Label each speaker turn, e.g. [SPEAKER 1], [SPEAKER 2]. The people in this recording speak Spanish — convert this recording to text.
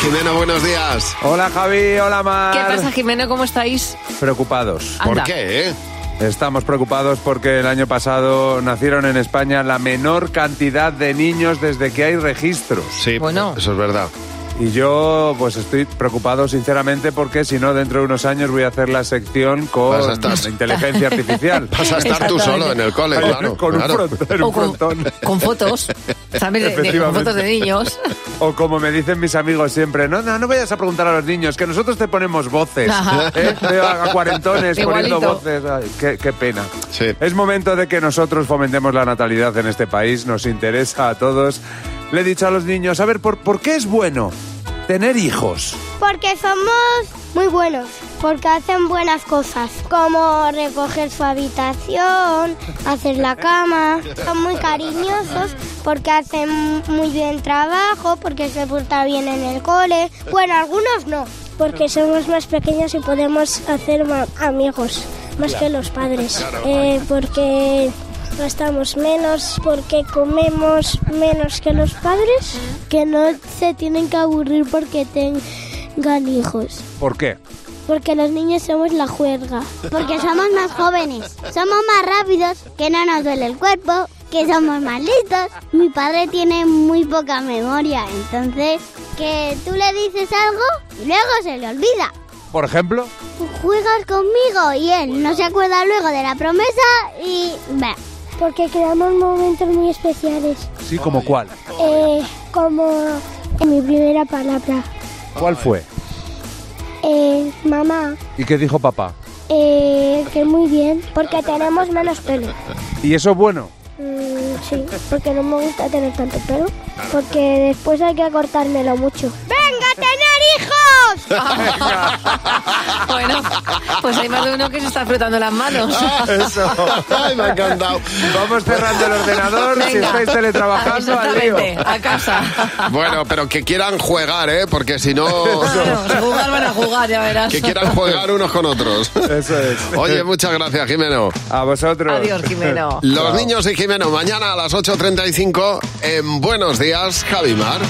[SPEAKER 1] Jimeno, buenos días.
[SPEAKER 2] Hola Javi, hola Mar.
[SPEAKER 3] ¿Qué pasa, Jimeno? ¿Cómo estáis?
[SPEAKER 2] Preocupados.
[SPEAKER 1] ¿Por
[SPEAKER 3] Anda.
[SPEAKER 1] qué? eh?
[SPEAKER 2] Estamos preocupados porque el año pasado nacieron en España la menor cantidad de niños desde que hay registros.
[SPEAKER 1] Sí,
[SPEAKER 3] Bueno.
[SPEAKER 1] eso es verdad.
[SPEAKER 2] Y yo pues estoy preocupado sinceramente porque si no dentro de unos años voy a hacer la sección con
[SPEAKER 1] Vas a estar-
[SPEAKER 2] inteligencia artificial.
[SPEAKER 1] Vas a estar tú
[SPEAKER 3] Exactamente.
[SPEAKER 1] solo en el cole, claro.
[SPEAKER 2] con
[SPEAKER 1] claro.
[SPEAKER 2] un frontón.
[SPEAKER 3] O
[SPEAKER 2] un
[SPEAKER 3] con,
[SPEAKER 2] frontón.
[SPEAKER 3] con fotos, ¿sabes? De- de- con
[SPEAKER 2] Efectivamente.
[SPEAKER 3] fotos de niños.
[SPEAKER 2] O como me dicen mis amigos siempre, no, no, no vayas a preguntar a los niños, que nosotros te ponemos voces.
[SPEAKER 3] Ajá.
[SPEAKER 2] ¿eh? Veo a cuarentones
[SPEAKER 3] Igualito.
[SPEAKER 2] poniendo voces. Ay, qué, qué pena.
[SPEAKER 1] Sí.
[SPEAKER 2] Es momento de que nosotros fomentemos la natalidad en este país, nos interesa a todos. Le he dicho a los niños, a ver, ¿por, por qué es bueno tener hijos?
[SPEAKER 4] Porque somos muy buenos, porque hacen buenas cosas, como recoger su habitación, hacer la cama. Son muy cariñosos porque hacen muy bien trabajo, porque se portan bien en el cole. Bueno, algunos no. Porque somos más pequeños y podemos hacer amigos, más que los padres. eh, porque gastamos menos porque comemos menos que los padres, que no se tienen que aburrir porque tengan hijos.
[SPEAKER 2] ¿Por qué?
[SPEAKER 4] Porque los niños somos la juerga. Porque somos más jóvenes, somos más rápidos, que no nos duele el cuerpo, que somos más listos. Mi padre tiene muy poca memoria, entonces que tú le dices algo y luego se le olvida.
[SPEAKER 2] Por ejemplo,
[SPEAKER 4] Tú juegas conmigo y él no se acuerda luego de la promesa y... Porque creamos momentos muy especiales, eh,
[SPEAKER 2] sí, como cuál.
[SPEAKER 4] como Oh, mi primera palabra, Eh,
[SPEAKER 2] ¿Cuál fue?
[SPEAKER 4] mamá, Eh,
[SPEAKER 2] ¿Y qué dijo papá?
[SPEAKER 4] que muy bien, porque tenemos menos pelo.
[SPEAKER 2] ¿Y eso es bueno?
[SPEAKER 4] Mm, sí, porque no me gusta tener tanto pelo, porque después hay que acortármelo mucho. ¡Venga a tener hijos!
[SPEAKER 3] Bueno, pues hay más de uno que se está frotando las manos.
[SPEAKER 2] Eso.
[SPEAKER 1] Ay, me ha encantado.
[SPEAKER 2] Vamos cerrando el ordenador, si
[SPEAKER 3] Venga.
[SPEAKER 2] estáis teletrabajando, al lío.
[SPEAKER 3] Exactamente, a casa.
[SPEAKER 1] Bueno, pero que quieran jugar, ¿eh? Porque si no...
[SPEAKER 3] Claro, si jugar van a jugar, ya verás.
[SPEAKER 1] Que quieran jugar unos con otros.
[SPEAKER 2] Eso es.
[SPEAKER 1] Oye, muchas gracias, Jimeno.
[SPEAKER 2] A vosotros.
[SPEAKER 3] Adiós, Jimeno.
[SPEAKER 1] Los niños y Jimeno, mañana a las 8.35 en Buenos Días, Javimar.